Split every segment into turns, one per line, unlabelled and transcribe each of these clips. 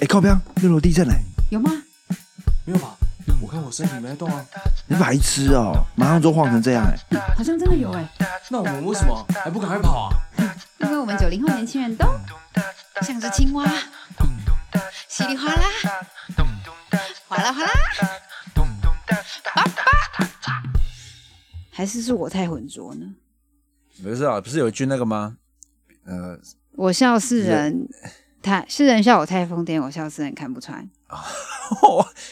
哎，靠边，六楼地震嘞！
有吗？
没有吧？我看我身体没在动啊。
你白痴哦，马上就晃成这样哎！
好像真的
嗯
有哎、
那我们为什么还不赶快跑啊？
因为我们九零后年轻人都像只青蛙，稀里哗啦，哗啦哗啦，叭叭还是是我太浑浊呢？
不是啊，不是有一句那个吗？呃，
我笑世人，太世人笑我太疯癫，我笑世人看不穿。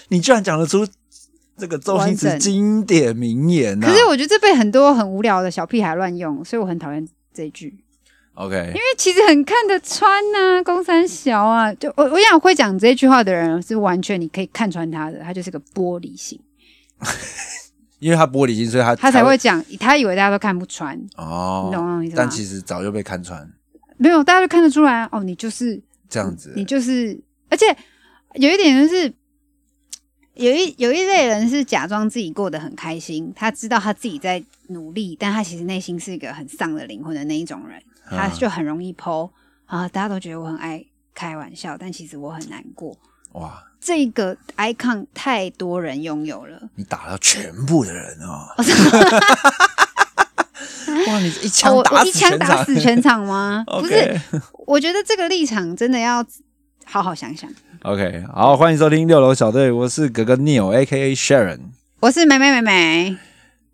你居然讲得出这个周星
完
驰
整
经典名言啊呢、
可是我觉得这被很多很无聊的小屁孩乱用，所以我很讨厌这一句。
OK，
因为其实很看得穿呐、公三小啊，就我我想会讲这句话的人是完全你可以看穿他的，他就是个玻璃心，
因为他玻璃心，所以
啊
他
他才
才
会讲，他以为大家都看不穿，你
哦
懂我意思吗？
但其实早就被看穿，
没有，大家都看得出来啊哦，你就是
这样子。
你就是，而且有一点就是，有一有一类人是假装自己过得很开心，他知道他自己在努力，但他其实内心是一个很丧的灵魂的那一种人，
啊
他就很容易剖啊，大家都觉得我很爱开玩笑，但其实我很难过。
哇，
这个 icon 太多人拥有了，
你打到全部的人哦！ 哇，你一枪
哦我
打
我
死
一枪
全
打
场？
死全场吗 不是，
OK
我觉得这个立场真的要好好想想。
OK，好，欢迎收听六楼小队，我是哥哥 Neil A K A Sharon。
我是美美美美，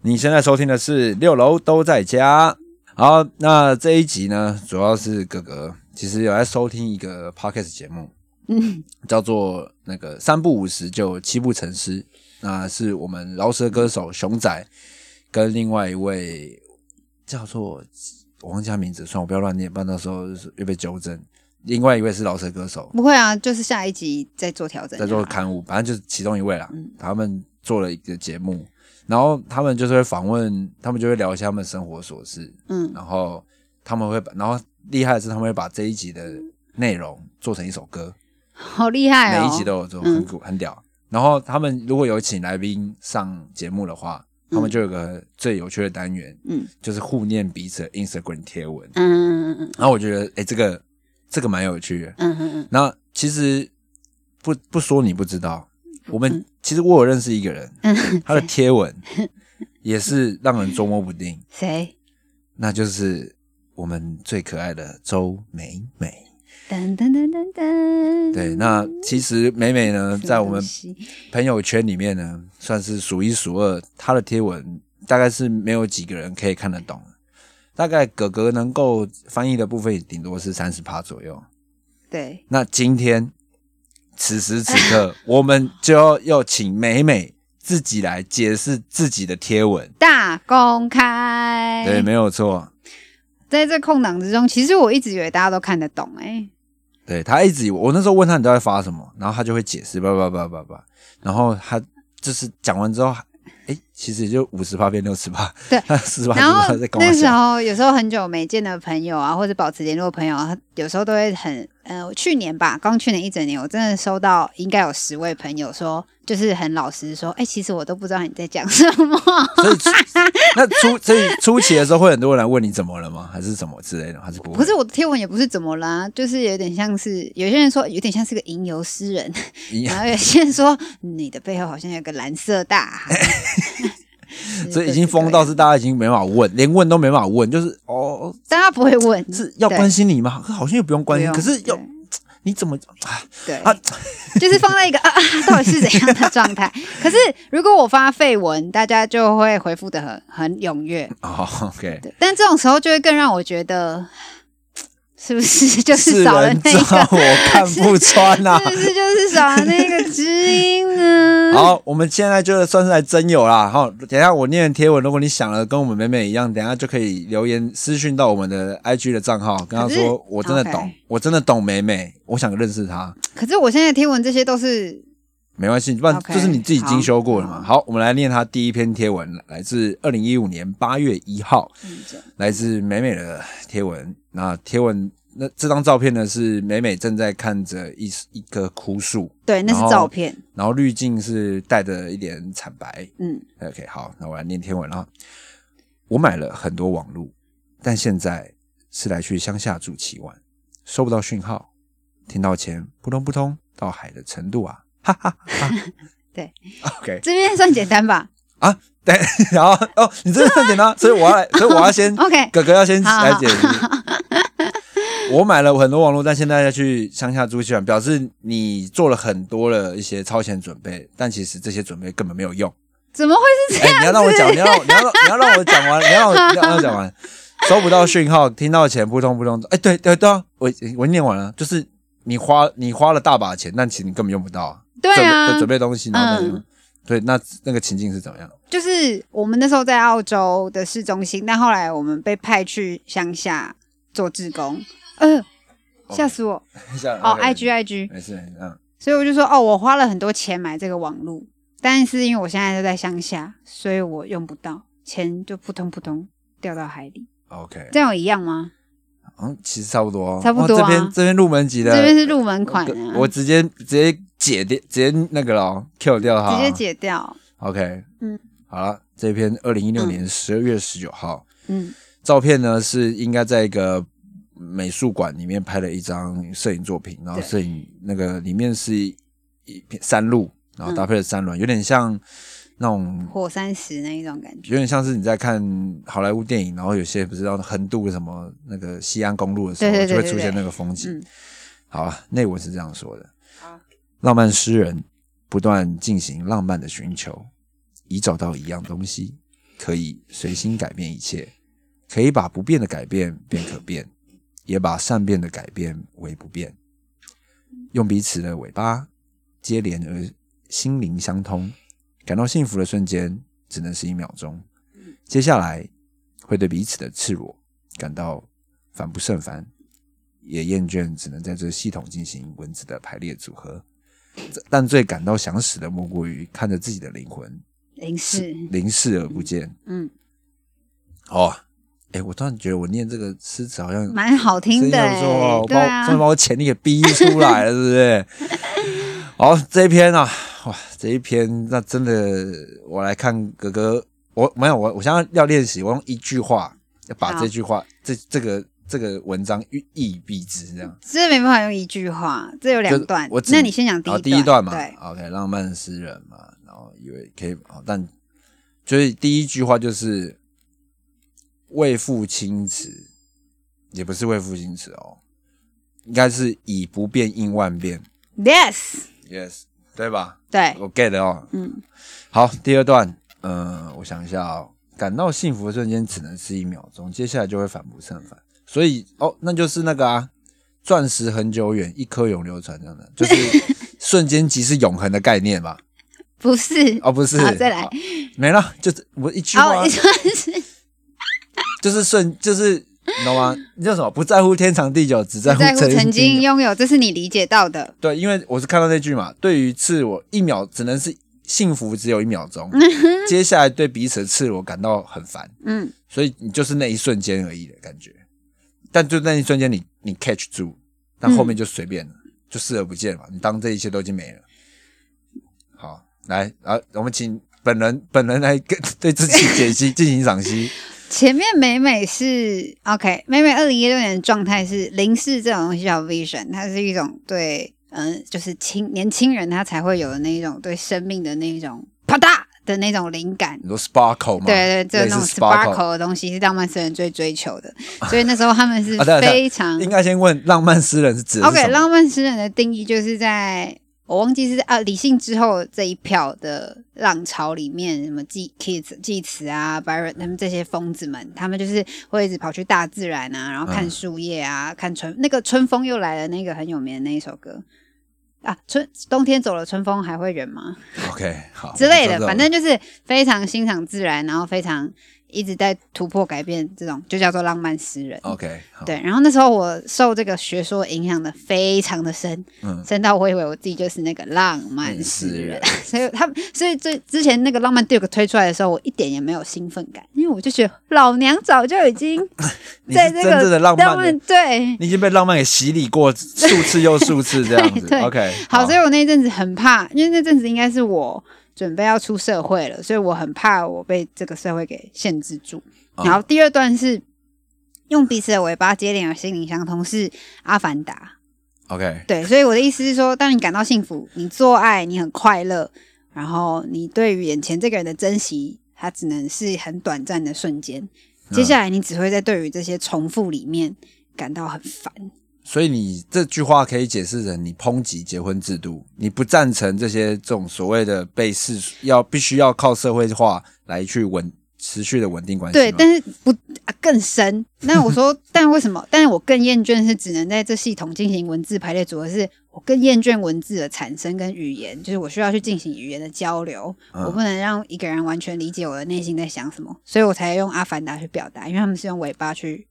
你现在收听的是六楼都在家。好，那这一集呢，主要是哥哥其实有在收听一个 podcast 节目，
嗯，
叫做那个三不五十就七步成诗，那是我们饶舌歌手熊仔跟另外一位叫做我忘记他名字，算了我不要乱念，不然到时候就是又被纠正。另外一位是饶舌歌手，
不会啊，就是下一集再做调整，
在做刊物，反正就是其中一位啦。他们做了一个节目，然后他们就是会访问，他们就会聊一下他们生活琐事，
嗯，
然后他们会把，然后厉害的是他们会把这一集的内容做成一首歌，
好厉害哦，
每一集都有做，很酷很屌。然后他们如果有请来宾上节目的话，他们就有个最有趣的单元，
嗯
就是互念彼此的 Instagram 贴文。
嗯嗯
然后我觉得，哎，这个这个蛮有趣的，
嗯嗯嗯
那其实不不说你不知道，我们、其实我有认识一个人，
嗯，
他的贴文也是让人捉摸不定，
谁？
那就是我们最可爱的周美美。
噔噔噔噔噔，
对，那其实美美呢，
什么
在我们
东西
朋友圈里面呢，算是数一数二。她的贴文大概是没有几个人可以看得懂，大概哥哥能够翻译的部分，也顶多是三十趴左右。
对
那今天此时此 刻，我们就要要请美美自己来解释自己的贴文。
大公开，
对，没有错。
在这空档之中，其实我一直以为大家都看得懂、哎，
对他一直以为我那时候问他你都在发什么，然后他就会解释叭叭叭叭叭，然后他就是讲完之后，哎，其实也就五十八变六十八，
对，
四 十八
然后
在跟
那
我
时
讲。
候有时候很久没见的朋友啊，或者保持联络的朋友啊，有时候都会很呃，去年吧，刚去年一整年，我真的收到应该有十位朋友说，就是很老实说，哎、其实我都不知道你在讲什么。
所以初那初所以初期的时候会很多人来问你怎么了吗？还是怎么之类的？还是不会？
可是我的贴文也不是怎么啦，就是有点像是有些人说有点像是个吟游诗人，
一样
然后有些人说你的背后好像有个蓝色大 海，
所以已经疯 到
就是
大家已经没办法问，连问都没办法问，就是哦，
各种大家不会问，
是要关心你吗？好像又不用关
不
心，
用
可是
对
要
哦
你怎么啊？
对，
啊
就是放在一个啊啊，到底是怎样的状 态？可是如果我发废文，大家就会回复的很很踊跃，
哦，OK，
对。但这种时候就会更让我觉得，是不是就是
世
少了
人
那
知道
个？
我看不穿啊呐、
是不是就是少了那个知音 呢？
好，我们现在就算是来真友啦。好，等一下我念贴文，如果你想了跟我们美美一样，等一下就可以留言私讯到我们的 IG 的账号，跟他
可是
说我真的
OK
懂，我真的懂美美，我想认识她。
可是我现在听闻这些都是
没关系，不然
OK，
就是你自己精修过了嘛。好我们来念她第一篇贴文，来自二零一五年八月一号，来自美美的贴文。那贴文那这张照片呢，是美美正在看着一一棵枯树，
对，那是
然后
照片，
然后滤镜是带着一点惨白。
嗯，
OK，好，那我来念天文啊。我买了很多网路，但现在是来去乡下住七晚，收不到讯号，听到钱扑通扑通到海的程度啊，哈哈哈
对
，OK
这边算简单吧
啊，对，然后哦，你真的很简单，所以我要来，所以我要先
？OK，
哥哥要先
好
来解释。 我买了很多网络，但现在要去乡下租洗碗，表示你做了很多的一些超前准备，但其实这些准备根本没有 用。
怎么会是这
哎、
样？
你要让我讲，你要让我你要让你要让我讲完，你要让我你要让我讲完，收不到讯号，听到钱扑通扑通。哎、对对对啊，我我念完了，就是你花你花了大把钱，但其实你根本用不到、啊。
对
准
啊
备，准备东西，然后再用、
嗯
对，那那个情境是怎么样？
就是我们那时候在澳洲的市中心，但后来我们被派去乡下做志工，呃，
哦
吓死我！哦，IG IG，
没事没事，嗯，
所以我就说哦，我花了很多钱买这个网路，但是因为我现在都在乡下，所以我用不到，钱就扑通扑通掉到海里，
OK，
这样有一样吗？
嗯，其实差不多，
差不多啊
哇这边这边入门级的，
这边是入门款啊，
我直接直接解掉，直接那个了哦，Q 掉它，
直接解掉。
OK，
嗯，
好了，这篇二零一六
嗯
年十二月十九号，
嗯，
照片呢是应该在一个美术馆里面拍了一张摄影作品，然后
对
摄影那个里面是一片山路，然后
嗯
搭配了山峦，有点像那种
火山石那一种感觉。
有点像是你在看好莱坞电影，然后有些不是要横渡什么那个西安公路的时候，
对对对
就会
对
出现
对
那个风景。
嗯
好啊，内文是这样说的：浪漫诗人不断进行浪漫的寻求，以找到一样东西，可以随心改变一切，可以把不变的改变变可变，也把善变的改变为不变，用彼此的尾巴接连而心灵相通。感到幸福的瞬间只能是一秒钟，
嗯
接下来会对彼此的赤裸感到烦不胜烦，也厌倦只能在这系统进行文字的排列组合。这但最感到想死的莫过于看着自己的灵魂
零
是
四，
凝视而不见。
嗯，
哦，哎，我突然觉得我念这个诗词好像
蛮好听
真
的、
想
欸，
说哦，
对
把我终于把
啊，
我潜力给逼出来了，是不 是？好，这一篇啊，哇，这一篇那真的，我来看哥哥，我没有我，我现在要练习，我用一句话要把
好
这句话这这个这个文章一一以蔽之，这样。
这没办法用一句话，这有两
就
段。
我只
那你先讲第
好
一
第一段嘛
对，
，OK，浪漫诗人嘛，然后以为可以，好，但就是第一句话就是为赋新词，也不是为赋新词哦，应该是以不变应万变
，yes，
，yes，对吧？
对，
我 get 了哦。
嗯，
好，第二段，嗯，我想一下哦，感到幸福的瞬间只能是一秒钟，接下来就会反不胜反，所以哦，那就是那个啊，钻石恒久远，一颗永流传这 样的，就是瞬间即是永恒的概念嘛。
不是，
哦，不是，
好再来
好，没了，就是我一句话
哦，你，说 是
就是瞬， 就是你懂吗？你叫什么？不在乎天长地久，只在乎
在乎曾经
经。
拥有，这是你理解到的，
对，因为我是看到那句嘛，对于赤裸一秒只能是幸福，只有一 秒钟。接下来对彼此的赤裸感到很烦，
嗯，
所以你就是那一瞬间而已的感觉。但就那一瞬间你，你 catch 住，但后面就随便了，就视而不见嘛。你当这一切都已经没了。好，来，啊，我们请本人本人来跟对自己解析进行赏析。
前面美美是 OK，美美二零一六年的状态是零视这种东西叫 vision，它是一种对嗯，就是青年轻人他才会有的那一种对生命的那一种啪嗒的那种灵感。
你说 sparkle 吗？
对对，这
类似
那种
sparkle。
sparkle 的东西是浪漫诗人最追求的，所以那时候他们是
啊对啊对啊
非常
应该先问浪漫诗人是指的是
OK。
什么
浪漫诗人的定义就是在我忘记是在啊理性之后这一票的浪潮里面，什么纪 Kids 纪词啊、Byron 他们这些疯子们，他们就是会一直跑去大自然啊，然后看
嗯
树叶啊，看春那个春风又来了，那个很有名的那一首歌啊，春冬天走了，春风还会远吗？
OK 好
之类的
我，就知道
反正就是非常欣赏自然，然后非常一直在突破改变，这种就叫做浪漫诗人。
OK 好
对，然后那时候我受这个学说影响的非常的深，
嗯
深到我以为我自己就是那个浪漫
嗯
诗
诗
人
人，
所以他们，所以最之前那个浪漫 Duke 推出来的时候，我一点也没有兴奋感，因为我就觉得老娘早就已经
你
在
是
这
真
个
正的浪漫的
对。
你已经被浪漫给洗礼过数次又数次这样
对
子
对
OK
好，所以我那阵子很怕，因为那阵子应该是我准备要出社会了，所以我很怕我被这个社会给限制住。
嗯
然后第二段是用彼此的尾巴接连而心灵相通，是《阿凡达》
OK，
对，所以我的意思是说，当你感到幸福，你做爱，你很快乐，然后你对于眼前这个人的珍惜，它只能是很短暂的瞬间。接下来，你只会在对于这些重复里面感到很烦。
所以你这句话可以解释成你抨击结婚制度，你不赞成这些这种所谓的被世俗要必须要靠社会化来去稳持续的稳定关系吗。
对，但是不、啊、更深。那我 说，但为什么？但是我更厌倦是只能在这系统进行文字排列组合，是我更厌倦文字的产生跟语言，就是我需要去进行语言的交流，
嗯
我不能让一个人完全理解我的内心在想什么，所以我才用阿凡达去表达，因为他们是用尾巴去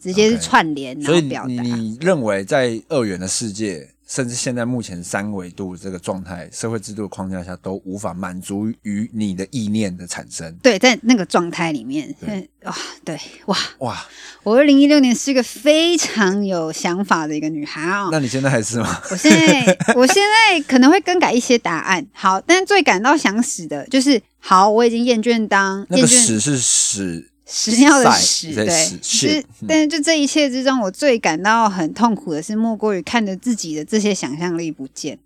直接是
OK
串联
所
然后
以
表
你
达。
你认为在二元的世界，甚至现在目前三维度这个状态、社会制度的框架下，都无法满足于你的意念的产生。
对，在那个状态里面，
对
哇，对哇，
哇，
我二零一六年是一个非常有想法的一个女孩啊、
那你现在还是吗？
我现在，我现在可能会更改一些答案。好，但最感到想死的就是，好，我已经厌倦当
那
厌
个
倦
屎是屎，
屎尿的
晒
屎，
对
对
屎，嗯
是
shit，
但是就这一切之中，我最感到很痛苦的是，莫过于看着自己的这些想象力不见，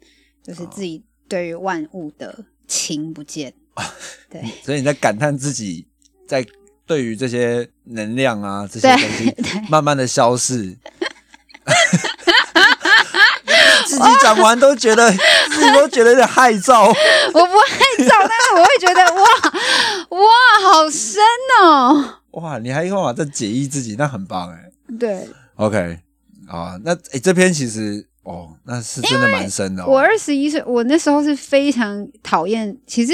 就是自己对于万物的情不见。
啊
对，
所以你在感叹自己在对于这些能量啊这些
对
东西慢慢的消逝。自己讲完都觉得，自己都觉得有点害臊。
我不会找，但是我会觉得哇哇，好深哦。
哇，你还有办法再解译自己，那很棒哎、
对
OK，啊，那诶、这篇其实哦，那是真的蛮深的、哦。
我二十一岁，我那时候是非常讨厌。其实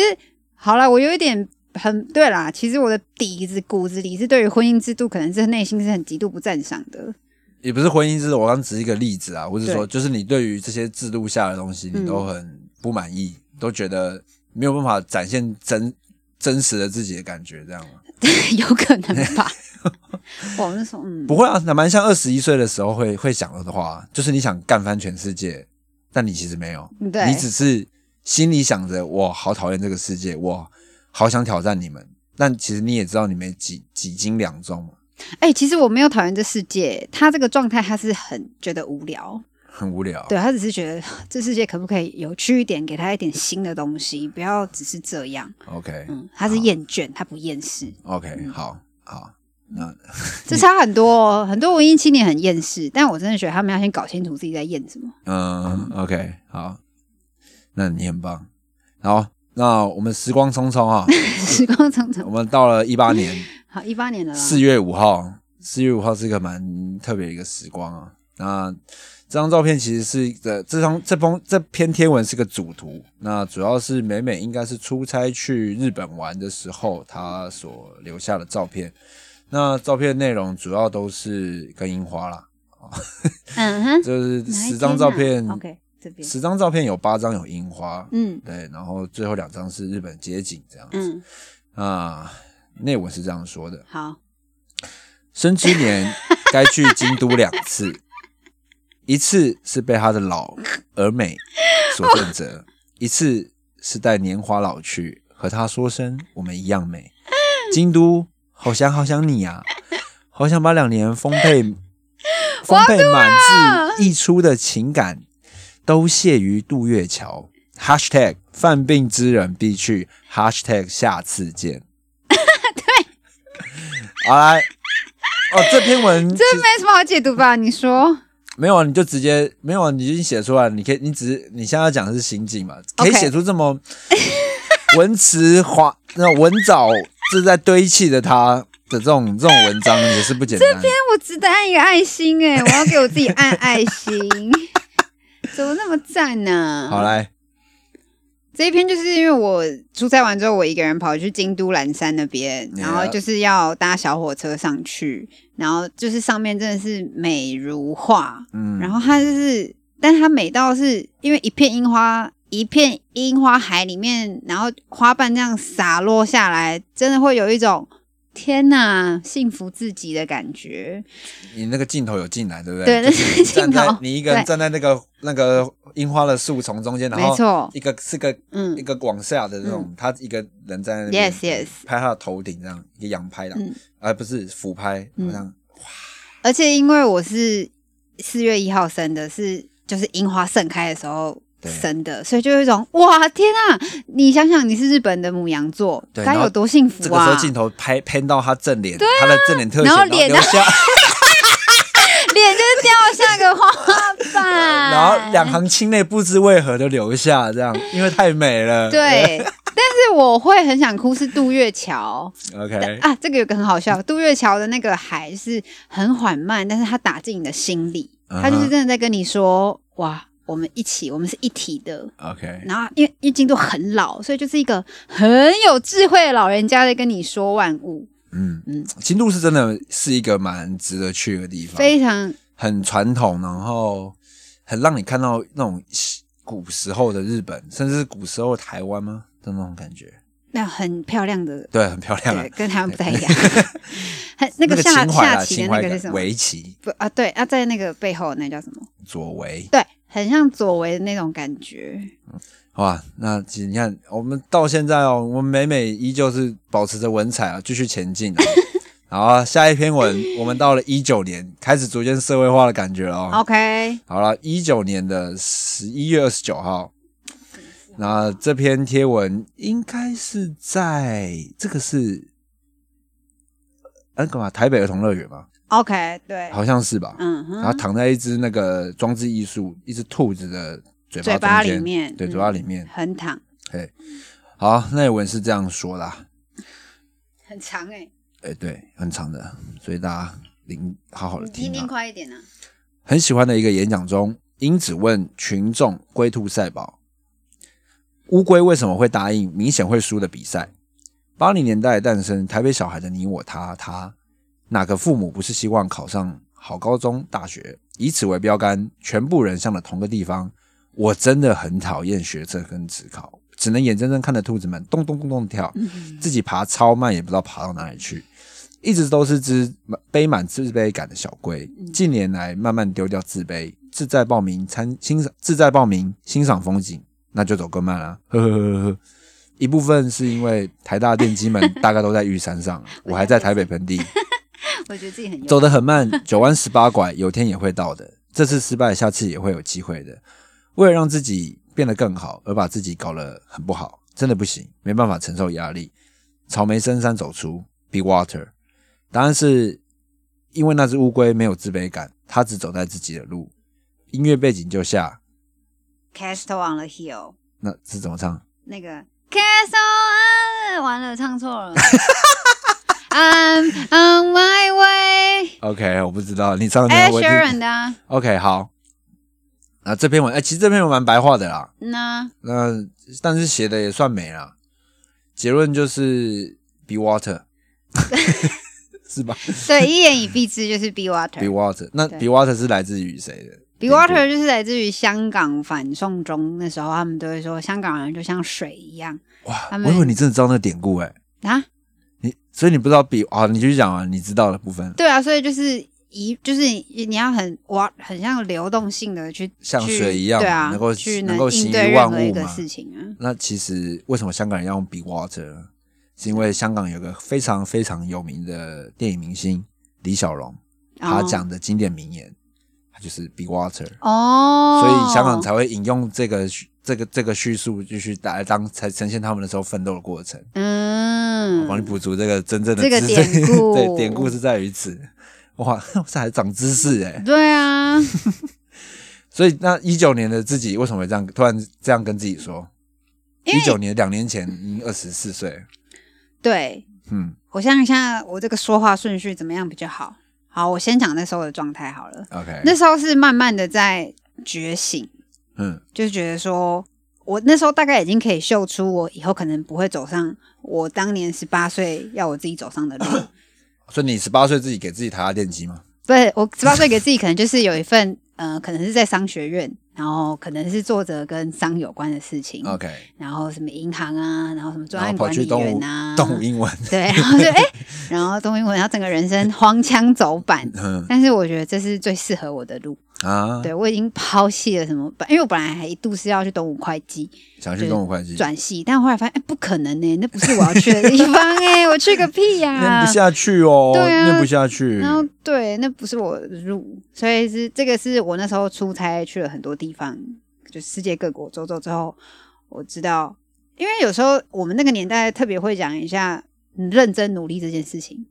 好了，我有一点很对啦。其实我的底子骨子里是对于婚姻制度，可能是内心是很极度不赞赏的。
也不是婚姻制度，我刚只是一个例子啊，我是说，
对嗯
就是你对于这些制度下的东西，你都很不满意，都觉得没有办法展现真真实的自己的感觉，这样吗？
有可能 吧。我那时候，嗯，
不会啊，那蛮像二十一岁的时候会会想的话，就是你想干翻全世界，但你其实没有，
对
你只是心里想着我好讨厌这个世界，我好想挑战你们，但其实你也知道你们几几斤两重嘛，
哎、其实我没有讨厌这世界，他这个状态他是很觉得无聊，
很无聊。
对他只是觉得这世界可不可以有趣一点，给他一点新的东西，不要只是这样。
OK，
嗯，他是厌倦，他不厌世，
OK，、好好，那
这差很多哦。很多文艺青年很厌世，但我真的觉得他们要先搞清楚自己在厌什么。
嗯，OK，好，那你很棒。好，那我们时光匆匆 啊，
时光匆匆
我，们到了一 八年
好，一八年的啦。
四月五号，四月五号是一个蛮特别的一个时光啊。那这张照片其实是一个这张这封这篇天文是个主图，那主要是美美应该是出差去日本玩的时候，她所留下的照片。那照片内容主要都是跟樱花啦，
嗯哼，
就是
哪一
十
天
张
啊
照片，
OK，这边，
十张照片有八张有樱花，
嗯
对，然后最后两张是日本街景这样子。
嗯，
啊，内文是这样说的：
好，
生之年该去京都两次，一次是被他的老而美所震折，一次是待年华老去，和他说声我们一样美。京都，好想好想你啊，好想把两年丰沛、丰沛满志溢出的情感都泄于渡月桥。#hashtag 犯病之人必去 #hashtag 下次见。对，好来，哦，这篇文
这
其实
没什么好解读吧？你说
没有啊，你就直接没有啊，你已经写出来了，你可以，你只是你现在要讲的是心境嘛，可以
OK
写出这么 文辞华那文藻是在堆砌的他的这种这种文章也是不简单。
那哎我值得按一个爱心哎、我要给我自己按爱心， 怎么那么赞呢、
好来，
这一篇就是因为我出差完之后，我一个人跑去京都岚山那边，
Yeah
然后就是要搭小火车上去，然后就是上面真的是美如画，
嗯，
然后它就是，但它美到是因为一片樱花，一片樱花海里面，然后花瓣这样洒落下来，真的会有一种天呐，幸福至极的感觉。
你那个镜头有进来，对不
对，
对？
那 是
站
镜
在
头，
你一个人
对
站在那个那个樱花的树丛中间，然
没
后
错，
一个是个
嗯
一个往下的那种，他一个人在那边
Yes, yes
拍他的头顶这样一个仰拍啦
嗯，
而不是俯拍，好像
而且因为我是四月一号生的，是就是樱花盛开的时候
对
生的，所以就有一种哇天啊！你想想，你是日本的母羊座，
对
该
然
有
后
多幸福啊！
这个时候镜头拍偏到他正脸，他的正脸特写，
啊然
然
后
后
脸
留下，
脸就掉下个花瓣，
然后两行清泪不知为何就流下，这样因为太美了。
对。但是我会很想哭，是渡月桥
，OK，
啊，这个有个很好笑，渡月桥的那个海是很缓慢，但是它打进你的心里，
嗯
它就是真的在跟你说，哇，我们一起，我们是一体的。
OK，
然后因为因为京都很老，所以就是一个很有智慧的老人家在跟你说万物，
嗯
嗯
嗯，京都是真的是一个蛮值得去的地方，
非常
很传统，然后很让你看到那种古时候的日本，甚至是古时候的台湾吗的那种感觉？
那很漂亮的，
对，很漂亮啊
对，。跟台湾不太 一样。很那
那
个
个
下
情怀
下
啊，
棋的
情
那个
怀
是
感
什么？
围棋
不啊，对啊，在那个背后那叫什么？
左围，
对，很像左为的那种感觉。
哇，那其实你看，我们到现在哦，我们每每依旧是保持着文采啊，继续前进、 啊。好啊，下一篇文，我们到了一九年，开始逐渐社会化的感觉了哦。
OK，
好了，一九年的十一月二十九号，那这篇贴文应该是在这个是，呃，干嘛？台北儿童乐园吗？
OK，对，
好像是吧？
嗯
然后
哼，
躺在一只那个装置艺术，一只兔子的嘴
嘴
巴
巴
中
里
间
面，
对，
嗯
嘴巴里面。
很躺，
嘿，好，那有文是这样说啦，
很长哎，
哎，对，很长的，所以大家聆好好的
你
听
听听
啊。
快一点啊。
很喜欢的一个演讲中，因此问群众龟兔赛跑，乌龟为什么会答应明显会输的比赛？八零年代诞生台北小孩的你我他他，哪个父母不是希望考上好高中、大学？以此为标杆，全部人向了同个地方。我真的很讨厌学测跟职考，只能眼睁睁看着兔子们咚咚咚咚地跳，自己爬超慢，也不知道爬到哪里去。一直都是只背满自卑感的小龟，近年来慢慢丢掉自卑，自在报名参欣赏，自在报名欣赏风景，那就走更慢啊，呵呵呵呵呵。一部分是因为台大电机们大概都在玉山上，我还在台北盆地，
我觉得自己很
走
的
得很慢， 九弯十八拐，有天也会到的。这次失败，下次也会有机会的。为了让自己变得更好，而把自己搞得很不好，真的不行，没办法承受压力。草莓深山走出，Be Water。答案是因为那只乌龟没有自卑感，它只走在自己的路。音乐背景就下，
Castle on the Hill
那是怎么唱？
那个 Castle on the- 完了，唱错了。I'm on my way。
OK，我不知道你唱的那
Ed
个我
Sheeran 的啊，
OK，好。啊，这篇文，哎、其实这篇文蛮白话的啦。
那
那但是写的也算美啦。结论就是 be water，是吧
对，一言以蔽之就是 Be
？be
Water。
water，那
对
be water 是来自于谁的
Be Water 就是来自于香港反送中那时候，他们都会说香港人就像水一样
哇，
他们
我以为你真的知道那个典故哎、
啊，
你所以你不知道 be 啊？你继续讲啊，你知道的部分，
对啊，所以就是一就是你你要很哇，很像流动性的去
像
去
水一样
对啊，
能够
去
能够
应
形
对
于
任
万
何一
物
个
嘛。
事情啊，
那其实为什么香港人要用 be water？呢是因为香港有个非常非常有名的电影明星李小龙，他
哦
讲的经典名言，他就是 be water。
哦，
所以香港才会引用这个叙这个这个叙述，继续来当才呈现他们那时候奋斗的过程，帮你
嗯，
补足这个真正的
这个
知识
典故
对，典故是在于此。哇， 这还长知识哎、
对啊，
所以那一九年的自己为什么会这样突然这样跟自己说？
因为
一九年两年前，你二十四岁，
对
嗯
我想想看我这个说话顺序怎么样比较好。好，我先讲那时候的状态好了。
，OK，
那时候是慢慢的在觉醒，
嗯
就是觉得说，我那时候大概已经可以嗅出我以后可能不会走上我当年十八岁要我自己走上的路。
所以你十八岁自己给自己台下电机吗？
不是，我十八岁给自己可能就是有一份，呃，可能是在商学院，然后可能是做着跟商有关的事情
OK，
然后什么银行嗯啊，然后什么专
哦然
案
后
管
跑去
理
动
员
物
啊，
动物英文，
对，然后就哎、
，
然后动物英文，然后整个人生荒腔走板
嗯
但是我觉得这是最适合我的路，
啊，
对我已经抛弃了什么，因为我本来还一度是要去东吴会计
想去动物会计，
转系，但后来发现哎、不可能呢、那不是我要去的地方哎、 我去个屁呀、
念不下去哦，
啊对啊
念不下去。
然后对，那不是我的路，所以是这个是我那时候出差去了很多地方，就世界各国走走之后，我知道，因为有时候我们那个年代特别会讲一下你认真努力这件事情，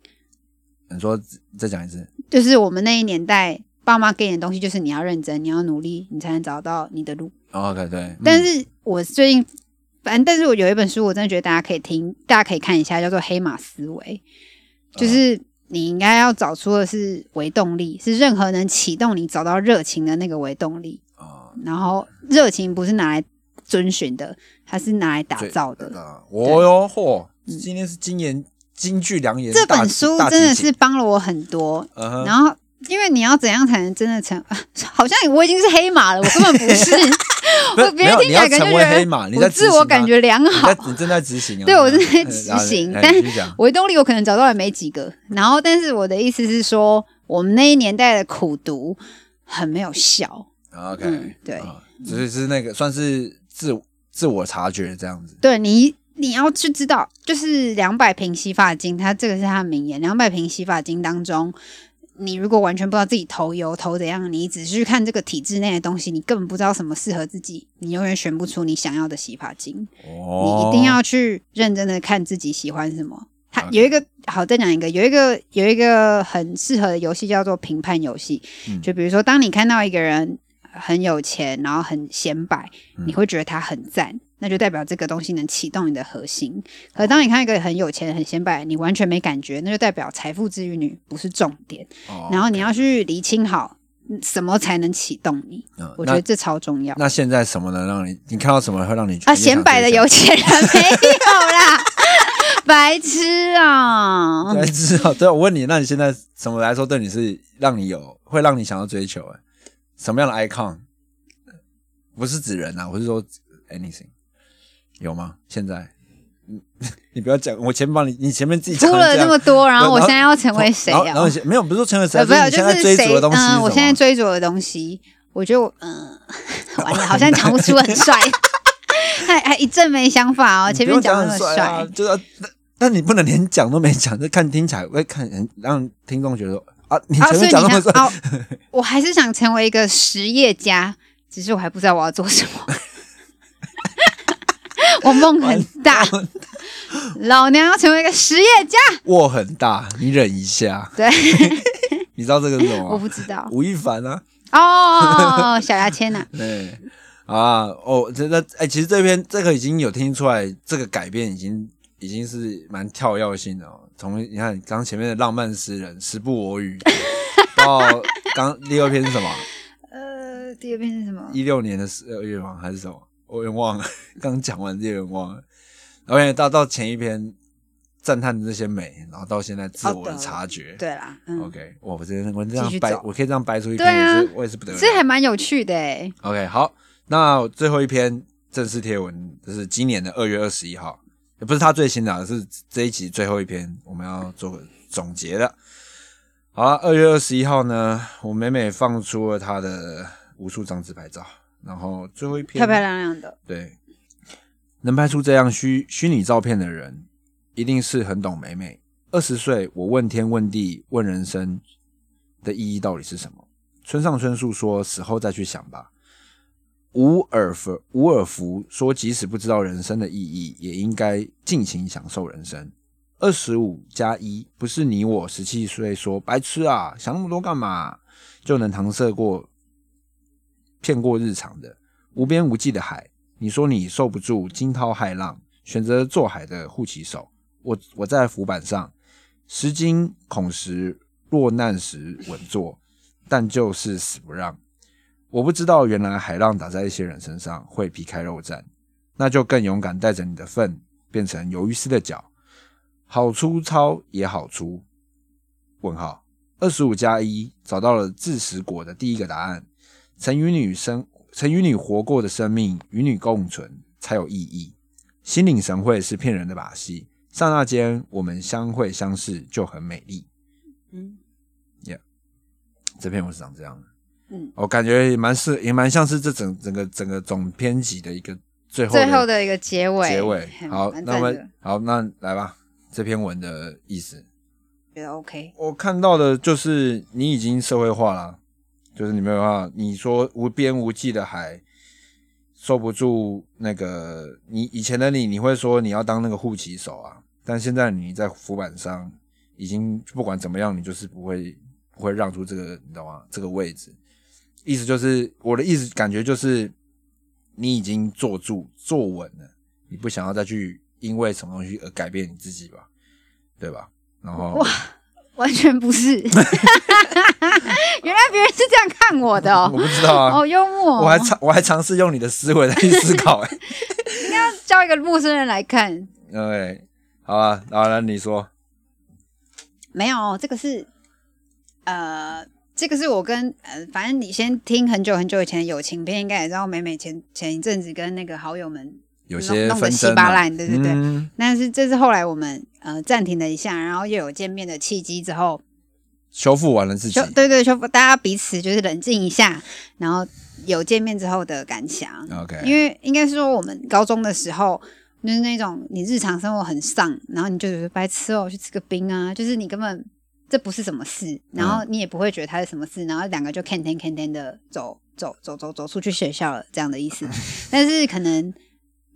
你说再讲一次，
就是我们那一年代爸妈给你的东西就是你要认真，你要努力，你才能找到你的路。
哦 OK 对，嗯
但是我最近，反正但是我有一本书，我真的觉得大家可以听，大家可以看一下，叫做《黑马思维》，
嗯
就是你应该要找出的是微动力，是任何能启动你找到热情的那个微动力。
啊，
然后热情不是拿来遵循的，它是拿来打
最
造的。
啊，我哟嚯，今天是金言金句良言，
这
大
本书真的是，帮了我很多，
大集结嗯哼
然后，因为你要怎样才能真的成？ 好像我已经是黑马了，我根本不是。
不是
我别人
没有
听起来
你要
感觉
成
觉
为
得
黑马，你
我
在
自我感觉良
你
好
在，你正在执行啊，
对我正
正
在执行但
讲
维动力我可能找到也没几个。然后，但是我的意思是说，我们那一年代的苦读很没有效。
啊 OK，
嗯对
啊只是是那个算是自自我察觉这样子，
对你，你要去知道，就是两百瓶洗发精，它这个是它的名言。两百瓶洗发精当中，你如果完全不知道自己头油头怎样，你只是去看这个体制内的东西，你根本不知道什么适合自己，你永远选不出你想要的洗发精。你
哦，
一定要去认真的看自己喜欢什么。它
OK
有一个好，再讲一个，有一个有一个很适合的游戏叫做评判游戏。
嗯
就比如说，当你看到一个人很有钱，然后很显摆，
嗯
你会觉得他很赞，那就代表这个东西能启动你的核心。可当你看一个很有钱、很显摆，你完全没感觉，那就代表财富之于你不是重点。
哦，
然后你要去厘清好嗯什么才能启动你，
嗯
我
那
觉得这超重要。
那现在什么能让你？你看到什么会让你
啊，显摆的有
游戏
钱人没有 啦，白痴啊、
才知道。对，我问你，那你现在什么来说对你是让你有会让你想要追求、欸？什么样的 icon？不是指人啊，我是说 anything，有吗？现在，嗯 你不要讲，我前面帮你，啊你前面自己
出
讲
了
这
那
样
么多，然后我
然后
现在要成为谁
然后然后
啊
你？现没有，不是说成为谁，
呃，没有，
你
就
现在
是
追
谁
逐的东西是什
嗯，
么
我现在追逐的东西，我觉得我嗯， 完了，好像讲不出很帅， 还还一阵没想法哦。
你
前
不
面
用
讲
讲
那
很
么
帅啊，
帅，
就是要那那你不能连讲都没讲，就看听起来会看人让听众觉得说啊， 你
啊，所
前
以
面
你
讲那么
看
帅，
哦，我还是想成为一个实业家，只是我还不知道我要做什么。 我梦很大，老娘要成为一个实业家。
握很大，你忍一下。
对，
你知道这个是什么
我
吗？
不知道
吴亦凡啊，
哦，小牙签呐、
对啊，哦，这那哎，其实这篇这个已经有听出来，这个改变已经已经是蛮跳跃性的哦。从你看刚前面的浪漫诗人时不 我与，到刚第二篇是什么？
呃，第二遍是什么？
一六年的十二月吗？还是什么？我有点忘了，刚讲完就有点忘了。然后到到前一篇赞叹这些美，然后到现在自
哦
我的
对
察觉。
对啦，嗯，
OK，哇，我真的我这样
继续
掰
走，
我可以这样掰出一篇，
对啊
也是我也是不得了。
这还蛮有趣的哎。
OK，好，那最后一篇正式贴文，就是今年的二月二十一号，也不是他最新的啊，是这一集最后一篇，我们要做个总结了。好了，二月二十一号呢，我美美放出了她的无数张自拍照，然后最后一篇
漂漂亮亮的，
对，能拍出这样虚虚拟照片的人，一定是很懂美美。二十岁，我问天问地问人生的意义到底是什么？村上春树说：“死后再去想吧。”伍尔夫伍尔夫说：“即使不知道人生的意义，也应该尽情享受人生。”二十五加一不是你我十七岁说白痴啊，想那么多干嘛，就能搪塞过、骗过日常的无边无际的海，你说你受不住惊涛骇浪，选择做海的护旗手。我我在浮板上，时惊恐时，落难时稳坐，但就是死不让。我不知道原来海浪打在一些人身上会皮开肉绽，那就更勇敢，带着你的粪变成鱿鱼丝的脚，好粗糙也好粗。问号二十五加一找到了自食果的第一个答案，曾与女生，曾与你活过的生命与你共存才有意义。心领神会是骗人的把戏，刹那间我们相会相视就很美丽。
嗯，
这篇文是长这样的，
嗯，
我感觉也蛮是也蛮像是这整整个整个总篇集的一个最后
最后的一个结尾，
结尾。
嗯
好，
蛮
那
赞
我
的
们，好，那来吧，这篇文的意思。
觉得 OK，
我看到的就是你已经社会化了，就是你没有办法，你说无边无际的海受不住那个你以前的你，你会说你要当那个护旗手啊，但现在你在浮板上已经不管怎么样，你就是不会不会让出这个，你懂吗？这个位置，意思就是我的意思，感觉就是你已经坐住坐稳了，你不想要再去因为什么东西而改变你自己吧，对吧？然后
完全不是。 原来别人是这样看我的
我
哦，
不知道啊，
哦，幽默哦，
我还尝我还尝试用你的思维来去思 考、欸，
叫一个陌生人来看，
对，好啊，好了，你说，
没有，哦这个是呃，这个是我跟呃，反正你先听很久很久以前的友情片，应该也知道，美美前前一阵子跟那个好友们
有些
弄弄得
纷
稀
争
巴
嘛，
烂，对对对。
嗯
但是这是后来我们呃暂停了一下，然后又有见面的契机之后，
修复完了自己
就，对对，就大家彼此就是冷静一下，然后有见面之后的感想。
，OK，
因为应该是说我们高中的时候，就是那种你日常生活很丧，然后你就觉得白痴哦，去吃个冰啊，就是你根本这不是什么事，然后你也不会觉得它是什么事，然后两个就 can 天 can 天的走走走走走出去学校了这样的意思。但是可能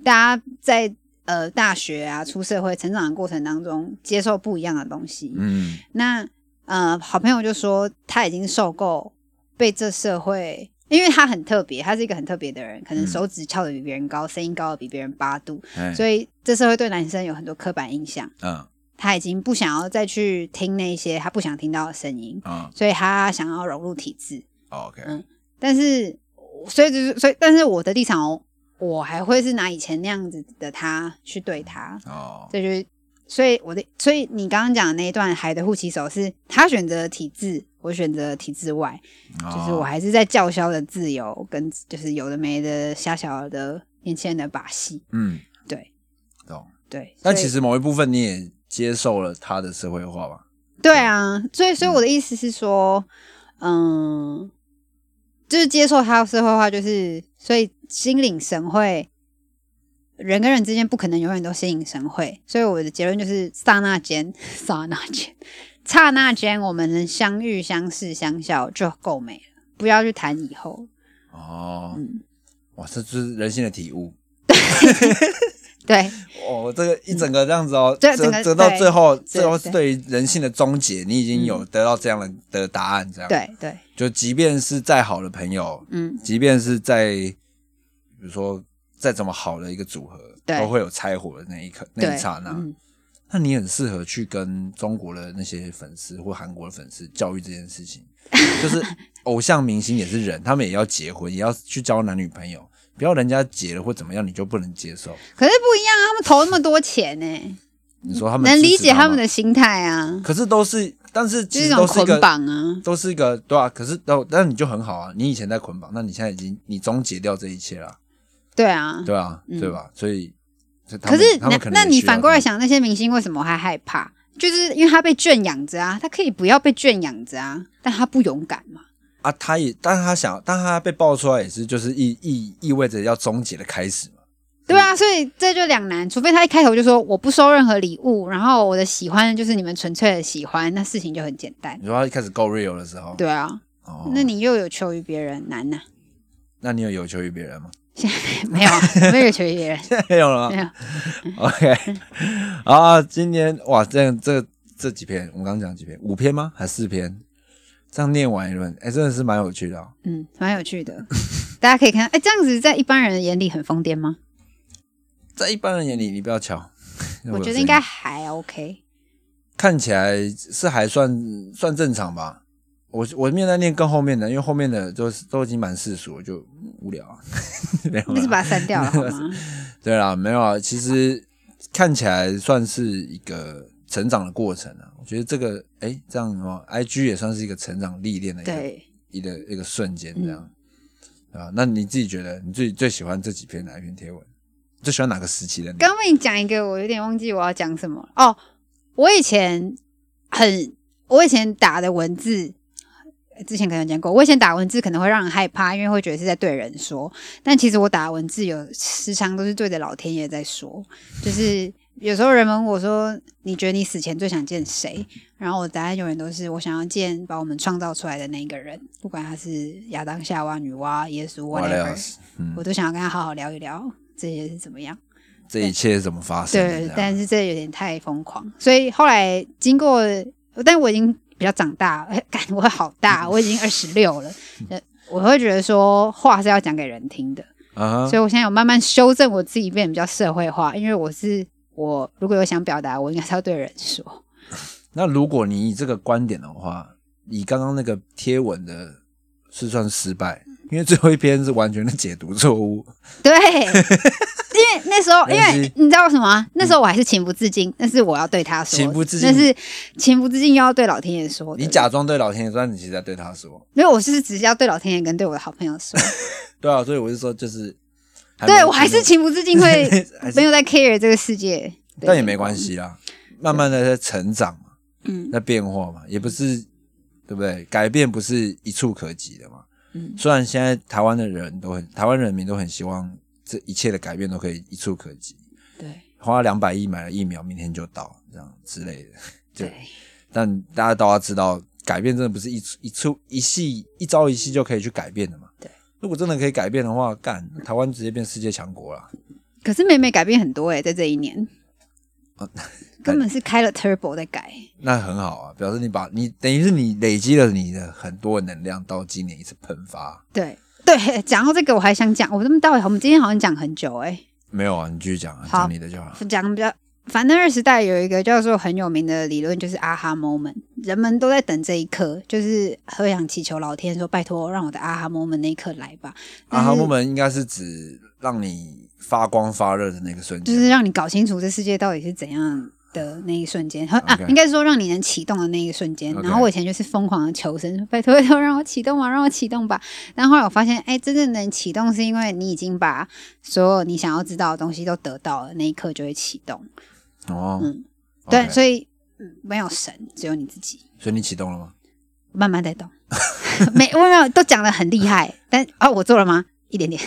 大家在呃大学啊出社会成长的过程当中，接受不一样的东西，
嗯，
那呃，好朋友就说他已经受够被这社会，因为他很特别，他是一个很特别的人，可能
嗯
手指翘的比别人高，声音高的比别人八度，
哎，
所以这社会对男生有很多刻板印象，
嗯
他已经不想要再去听那些他不想听到的声音，
嗯哦
所以他想要融入体制。
，OK，
嗯但是，所以就是所以，但是我的立场哦，我还会是拿以前那样子的他去对他，
哦，
这就是，所以我的，所以你刚刚讲的那一段海的护旗手是他选择体制，我选择体制外，就是我
哦
还是在叫嚣的自由跟就是有的没的瞎小的年轻人的把戏，
嗯，
对
懂。
对。
但
所以
其实某一部分你也接受了他的社会化吧？
对啊，所以所以
嗯
我的意思是说，嗯，就是接受他的社会化，就是所以心领神会，人跟人之间不可能永远都心领神会，所以我的结论就是刹那间， 刹那间，刹那间，我们能相遇、相识、相笑就够美了，不要去谈以后。
哦，
嗯，
哇，这就是人性的体悟。
对
哦，这个一整个这样子哦，
对
折
整个
折到
对
最后，
对
最后
对
是对于人性的终结，你已经有得到这样的的答案，这样。
对对，
就即便是再好的朋友，
嗯，
即便是在比如说再怎么好的一个组合，
对
都会有拆伙的那一刻那
对，
一刹那。
嗯
那你很适合去跟中国的那些粉丝或韩国的粉丝教育这件事情，就是偶像明星也是人，他们也要结婚，也要去交男女朋友，不要人家结了或怎么样你就不能接受。
可是不一样啊，他们投那么多钱呢、
你说他们
能
支持
理解
他
他们的，心态啊，
可是都是，但是
就
其
是一
实
种
都是一
捆
个
绑啊。
都是一个对啊，可是都但你就很好啊，你以前在捆绑，那你现在已经你终结掉这一切了，
对啊，
对啊，
嗯
对吧？所以，这他
可
们
是
他们
那
可能
那
也
你
需要嗯
反过来
这
想，
样，
那些明星为什么还害怕？就是因为他被圈养着啊，他可以不要被圈养着啊，但他不勇敢嘛。
啊，他也，但他想，但他被爆出来也是，就是意意意味着要终结的开始嘛。
对啊，所以这就两难。除非他一开头就说我不收任何礼物，然后我的喜欢就是你们纯粹的喜欢，那事情就很简单。
你说他一开始够 real 的时候，，
对啊，
哦，
那你又有求于别人，难 呐、
那你有有求于别人吗？
没有啊，没有求于别人，
没有了
没有
吗，OK，好啊，今天哇，这样这这几篇，我们刚刚讲几篇，五篇吗？还是四篇？这样念完一轮，哎、真的是蛮有趣的、哦。
嗯，蛮有趣的。大家可以看，哎，这样子在一般人的眼里很疯癫吗？
在一般人眼里，你不要瞧。
我觉
有
得
声
应
音
该还 OK。
看起来是还算算正常吧。我我面在念更后面的，因为后面的都是都已经蛮世俗了，就嗯无聊啊。没有啦
那就把它删 掉了好吗？
对啦，没有啊。其实看起来算是一个成长的过程啊。我觉得这个哎、这样哦，IG 也算是一个成长历练的一个
对，嗯
一个一个瞬间这样。啊，那你自己觉得你自己最喜欢这几篇哪一篇贴文？最喜欢哪个时期的你？
刚为你讲一个，我有点忘记我要讲什么了哦。我以前很，我以前打的文字，之前可能有讲过，我以前打文字可能会让人害怕，因为会觉得是在对人说，但其实我打文字有时常都是对着老天爷在说，就是有时候人们问我说，你觉得你死前最想见谁？然后我答案永远都是我想要见把我们创造出来的那一个人，不管他是亚当、夏娃、女娲、耶稣
What
whatever，
else？嗯
我，都想要跟他好好聊一聊这些是怎么样。
这一切是怎么发生的？
对
这，样
但是这有点太疯狂，所以后来经过，但我已经比较长大，哎感我好 大，我已经二十六了，呃我会觉得说话是要讲给人听的，
啊
所
哈，
以我现在有慢慢修正我自己，变得比较社会化，因为我是我如果有想表达，我应该是要对人 说，
那如果你以这个观点的话，以刚刚那个贴文的是算失败，因为最后一篇是完全的解读错 误。
对。因为那 时候，因
没关系
为你知道什么啊、那时候我还是情不自禁，那是我要对他说的，
情不自禁
那是情不自禁又要对老天爷说的。
你假装对老天爷说，但你其实在对他说。
没有，我是只是要对老天爷跟对我的好朋友说。
对啊，所以我是说，就是没有
对我还 是情不自禁会
还是
没有在 care 这个世界，对
但也没关。系啦，慢慢的在成长嘛，
嗯
在变化嘛，也不是对不对？改变不是一触可及的嘛。
嗯，
虽然现在台湾的人都很，台湾人民都很希望这一切的改变都可以一触可及，
对
花两百亿买了疫苗，明天就到这样之类的。就
对
但大家都要知道，改变真的不是一出一出一系一朝一夕就可以去改变的嘛。
对，
如果真的可以改变的话，干台湾直接变世界强国了。
可是妹妹改变很多哎、在这一年
哦，
根本是开了 turbo 在改。
那很好啊，表示你把你等于是你累积了你的很多的能量，到今年一次喷发。
对对，讲到这个我还想讲，我这么到底我们今天好像讲很久哎、
没有啊，你继续讲啊，
好
讲你的就好。
讲比较。反正二十代有一个叫做很有名的理论，就是啊哈 moment，人们都在等这一刻，就是很想祈求老天说，拜托让我的啊哈 moment 那一刻来吧。但
啊
是
哈，我们应该是指让你发光发热的那个瞬
就
间，
是让你搞清楚这世界到底是怎样的那一瞬间，和啊
OK
应该是说让你能启动的那一瞬间。
OK
然后我以前就是疯狂的求生，说拜托拜托让我启动吧，让我启动吧。但后来我发现，哎，真正能启动是因为你已经把所有你想要知道的东西都得到了，那一刻就会启动。
哦。
嗯
OK，
对，所以、嗯、没有神，只有你自己。
所以你启动了吗？
慢慢在动， 没我没有都讲的很厉害，但啊，我做了吗？一点 点，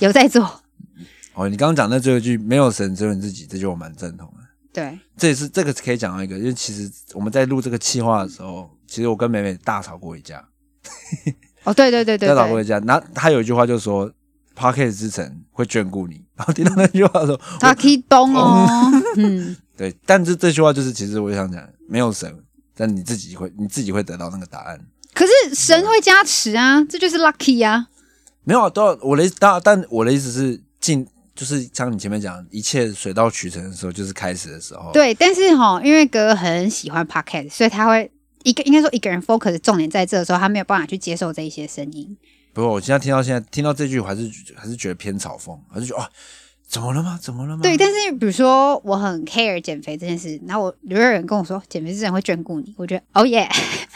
有在做。
哦，你刚刚讲的最后一句“没有神，只有你自己”，这句我蛮赞同的。
对，
这也是这个可以讲到一个，因为其实我们在录这个企划的时候，其实我跟美美大吵过一架，
哦，对对对对
大吵过
对，
一架。然后她有一句话就说 p a r k e t 之城会眷顾 你。”然后听到那句话的时候，
他 keep 动哦， 嗯。
对，但是这句话就是，其实我就想讲，没有神，但你自己会，你自己会得到那个答案。
可是神会加持啊，这就是 lucky 啊。
没有啊，都要我的意思，但但我的意思是，进就是像你前面讲，一切水到渠成的时候，就是开始的时候。，
对，但是哈，因为哥很喜欢 podcast，所以他会一个应该说一个人 focus 重点在这的时候，他没有办法去接受这一些声音。
不过我现在听到现在听到这句，我还是还是觉得偏嘲讽，还是觉得啊，怎么了吗？怎么了吗？
对，但是比如说我很 care 减肥这件事，然后我如果有人跟我说减肥这人会眷顾你，我觉得哦耶，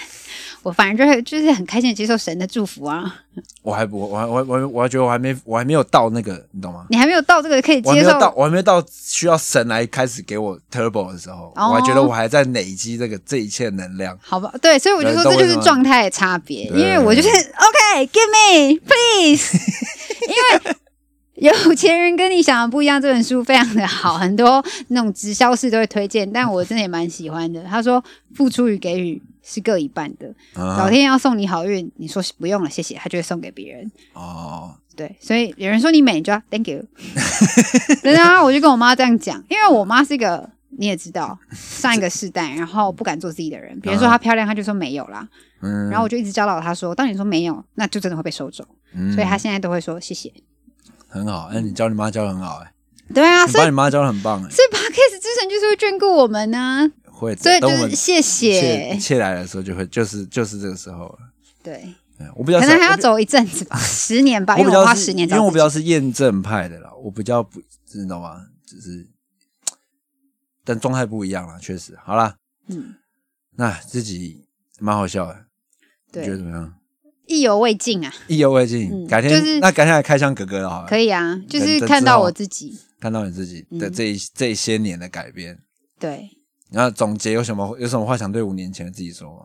我反正就是就是很开心的接受神的祝福啊。
我还不，我还我还我还我还觉得我还没我还没有到那个，你懂吗？
你还没有到这个可以
我还没
接
有到，
受，
我还没到需要神来开始给我 turbo 的时候，
哦
我还觉得我还在累积这个这一切能量。
好吧？对，所以我就
对
说
懂
这
我
就
意
是
思吗
状态的差别，因为
对
我就是 OK，give me please。有钱人跟你想的不一样，这本书非常的好，很多那种直销式都会推荐，但我真的也蛮喜欢 的。他说，付出与给予是各一半的，老
啊，
天要送你好运，你说不用了，谢谢，他就会送给别人。
哦，
对，所以有人说你美，你就要 thank you。对啊，我就跟我妈这样讲，因为我妈是一个你也知道上一个世代，然后不敢做自己的人，别人说她漂亮，她就说没有啦。
嗯，
然后我就一直教导她说，当你说没有，那就真的会被收走。
嗯
所以她现在都会说谢谢。
很好，哎、你教你妈教的很好、哎、
对啊，
你
所以
把你妈教的很棒、哎，
所以 podcast 之神就是会眷顾我们呢、
会的，
所以
等
就
我们
是谢
一
谢
切一，切来的时候，就会就是就是这个时候了。
对，
哎我比较
可
少
能还要，走一阵子吧，十年吧，
我比
因
我比
为我花
较
十
是，
年
因
找
为我
自
比
己
较是验证派的啦，我比较不，你知道吗？就是，但状态不一样了，确实。好啦，
嗯，
那自己蛮好笑的，你觉
对，
得怎么样？
意犹未尽啊，
意犹未尽，
嗯
改天、
就是
那改天来开箱哥哥了好了，
可以啊，就
等
是
等
看
之
到
后
我自己，
看到你自己的
嗯
这一、这些年的改变。
对，
然后总结有什么有什么话想对五年前的自己说吗？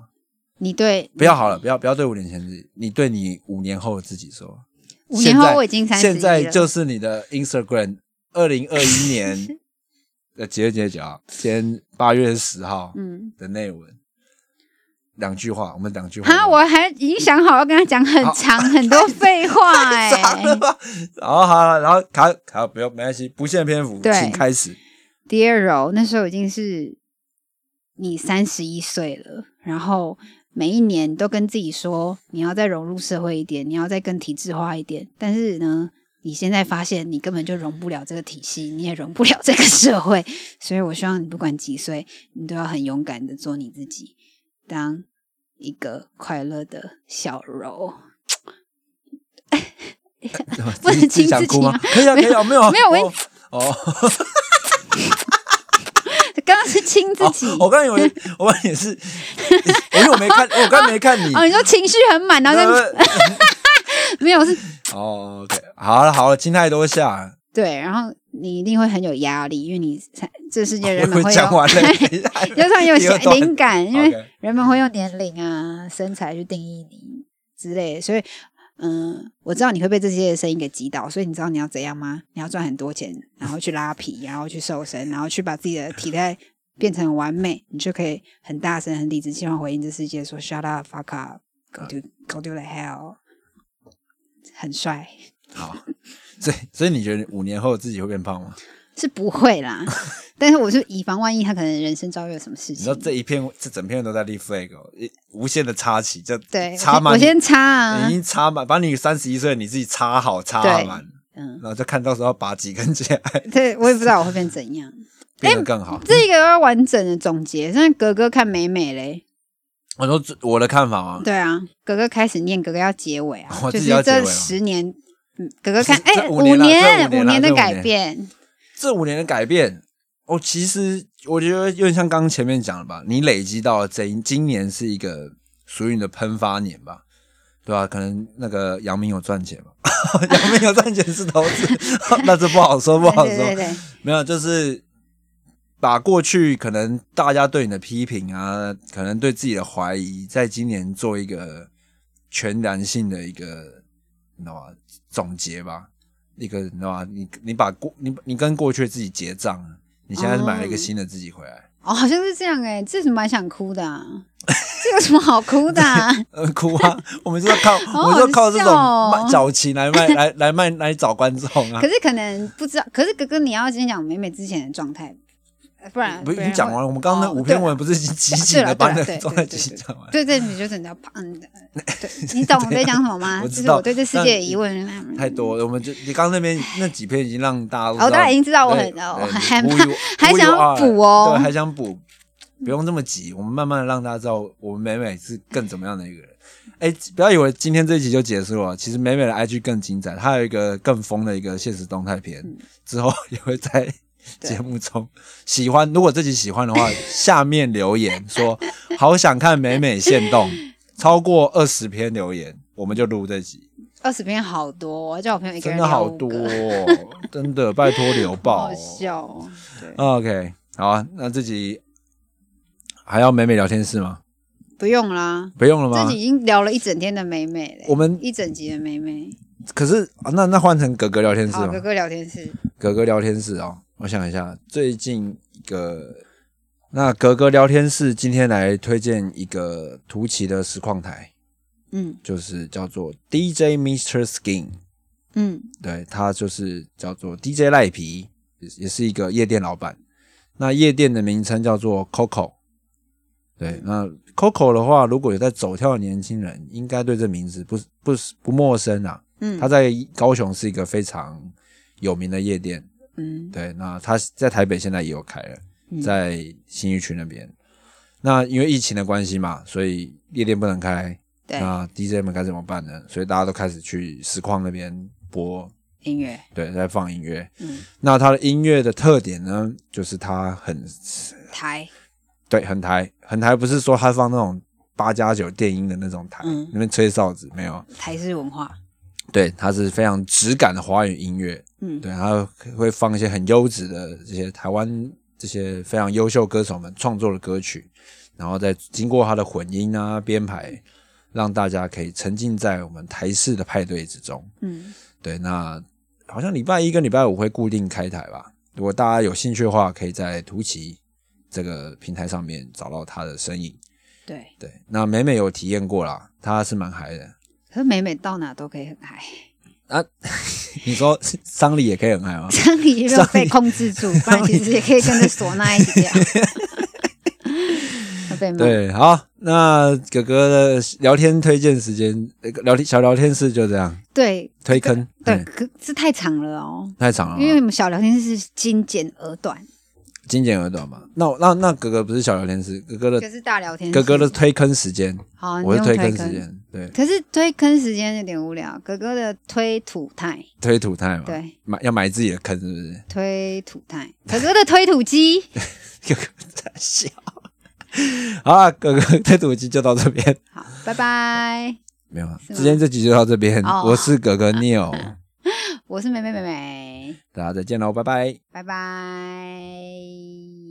你对
不要好了，不要不要对五年前自己，你对你五年后的自己说。
五年
现
后
在
我已经三十
现在
了，
就是你的 Instagram，二零二一 年的几月几几啊？今天八月十号
嗯，
的内文，两句话，我们两句话。
哈， 我还已经想好要跟他讲很长很多废话 哎、
傻了吧？然后好了，然后卡卡不用没关系，不限篇幅，
对
请开始。
Dear Ro，那时候已经是你三十一岁了，然后每一年都跟自己说，你要再融入社会一点，你要再更体制化一点。但是呢，你现在发现你根本就融不了这个体系，你也融不了这个社会。所以我希望你不管几岁，你都要很勇敢的做你自己，当一个快乐的小柔。 不能
自己自己
亲
想
自己
哭吗
吗？
可以啊，可以啊，没有啊
没有我
哦哦，
刚刚是亲自己。
哦我刚以为我刚也是， 我因为我没看，我刚没看你。
哦，你说情绪很满，然后在
对对
没有是
哦，OK，好了好了，亲太多下，
对，然后你一定会很有压力，因为你才这 世界人们
哦我
会
讲
有，
完 了，
就算 有
第二
想
段
灵感，因
OK
为人们会用年龄啊、身材去定义你之类的，所以。嗯，我知道你会被这些声音给击倒，所以你知道你要怎样吗？你要赚很多钱，然后去拉皮，然后去瘦身，然后去把自己的体态变成完美，你就可以很大声、很理直气壮回应这世界说 “Shut up, fuck up, go to go to the hell”，很帅。
好，所以所以你觉得五年后自己会变胖吗？
是不会 啦，但是我是以防万一，他可能人生遭遇了什么事
你知道
情。
这一片这整片都在立 flag，、哦、一无限的插旗，这
对，
插
我
满，
先插啊
已，经插满，把你三十一岁你自己插好插
对
满，
嗯，
然后就看到时候要拔几根 起来，
这我也不知道我会变怎样。
变得更好。
这个要完整的总结，现在格格看美美嘞，
我说这我的看法吗？
对啊，格格开始念，格格要结尾啊，就
我哦自
是
己要结尾
这
吗
十年，嗯，格格看，哎、
这五
五
年啦这五年啦
五年的
这五
改
年
变，
这五年的改变，哦，其实我觉得有点像刚刚前面讲的吧，你累积到了这一今年是一个属于你的喷发年吧，对吧、可能那个杨明有赚钱嘛， 杨明有赚钱是投资， 那这不好说， 不好
对
说。
对对，
没有，就是把过去可能大家对你的批评啊，可能对自己的怀疑，在今年做一个全然性的一个，你知道吗？总结吧，一个你知道吗？你你把过你你跟过去的自己结账了，你现在是买了一个
哦
新的自己回来，
哦，好像是这样哎、这是蛮想哭的、啊， 这有什么好哭的、啊？
呃，哭啊！我们就是靠，
好
我们就靠这
笑
种
哦
卖矫情来卖来来卖来找观众 啊
可。是可能不知道，可是哥哥你要先讲美美之前的状态，呃不然
不是已
然
经讲
会
完了？我们刚刚那
哦
五
对
篇
了
文不是已经集
对
锦
了
的
对
把
了
你的
对
状态
对
集
对
锦讲完？
对对，你就是你要胖，嗯，对，你懂我在讲什么吗？
我
就
知
是
道
我对这世
但
界的疑问。嗯
太多了，我们就你刚刚那边那几篇已经让大家都知道
哦大家已经知道我很
对
哦
对
还
忽悠
还
忽悠
想要
啊
补哦
对，还想补，不用这么急，我们慢慢的让大家知道我们美美是更怎么样的一个人。哎，不要以为今天这一集就结束了，其实美美的 IG 更精彩，她有一个更疯的一个现实动态片，
嗯
之后也会在
对
节目中喜欢。如果自己喜 欢的话，下面留言说好想看美美现动，超过二十篇留言我们就录这集。
二十篇好多，我叫我朋友一个
真
人
的
聊
好
五
多、
个，
哦，真的，拜托 留
好
爆、
好
哦。
笑哦。对，
OK，好啊，那自己还要美美聊天室吗？
不用啦，
不用了
自
吗
己？已经聊了一整天的美美嘞，
啊我们
一整集的美美。
可是啊那那换成格格聊天室
好，
吗？
哥哥聊天室，
格格聊天室哦，我想一下，最近一个那格格聊天室今天来推荐一个图奇的实况台，
嗯
就是叫做 DJ Mr Skin，
嗯，
对他就是叫做 DJ 赖皮，也也是一个夜店老板。那夜店的名称叫做 Coco。对，那 Coco 的话，如果有在走跳的年轻人，应该对这名字不不不陌生啊。
嗯
他在高雄是一个非常有名的夜店，
嗯
对，那他在台北现在也有开了，
嗯
在新一区那边。那因为疫情的关系嘛，所以夜店不能开，
对
那 DJ 们该怎么办呢？所以大家都开始去实况那边播
音乐，
对，在放音乐。
嗯
那它的音乐的特点呢，就是它很
台，
对，很台，很台，不是说它放那种八加九电音的那种台，
嗯
那边吹哨子没有？
台式文化，
对，它是非常质感的华语音乐。
嗯
对，它会放一些很优质的这些台湾这些非常优秀歌手们创作的歌曲，然后再经过它的混音啊编排，让大家可以沉浸在我们台式的派对之中。
嗯，
对，那好像礼拜一跟礼拜五会固定开台吧。如果大家有兴趣的话，可以在图奇这个平台上面找到他的身影。
对。
对，那美美有体验过啦，她是蛮嗨的。啊
可是美美到哪都可以很嗨，
你说丧礼也可以很嗨吗？
这里也没有被控制 住，不然其实也可以跟着唢呐一起跳。会被骂，
对，好，那哥哥的聊天推荐时间，呃聊天小聊天室就这样
对
推坑，
对，
嗯
可是太长了哦，
太长了
因为
嘛，
我们小聊天是精简而短，
精简而短嘛。那我那那哥哥不是小聊天室，哥哥
就
的
是大聊天室。
呃哥哥的推坑时间，
好，哦你
我是
用
推
推
坑时间，对，
可是推坑时间有点无聊，哥哥的推土太，
推土太嘛，
对，
埋要埋自己的坑是不是？
推土太，哥哥的推土机，
哥哥在笑。好啊，哥哥推土机就到这边，
好，拜拜，
没有啊，
是吗
今天这集就到这边。
哦
我 是哥哥 Neil，
我是美美美美，
大家再见喽，拜拜。
拜拜。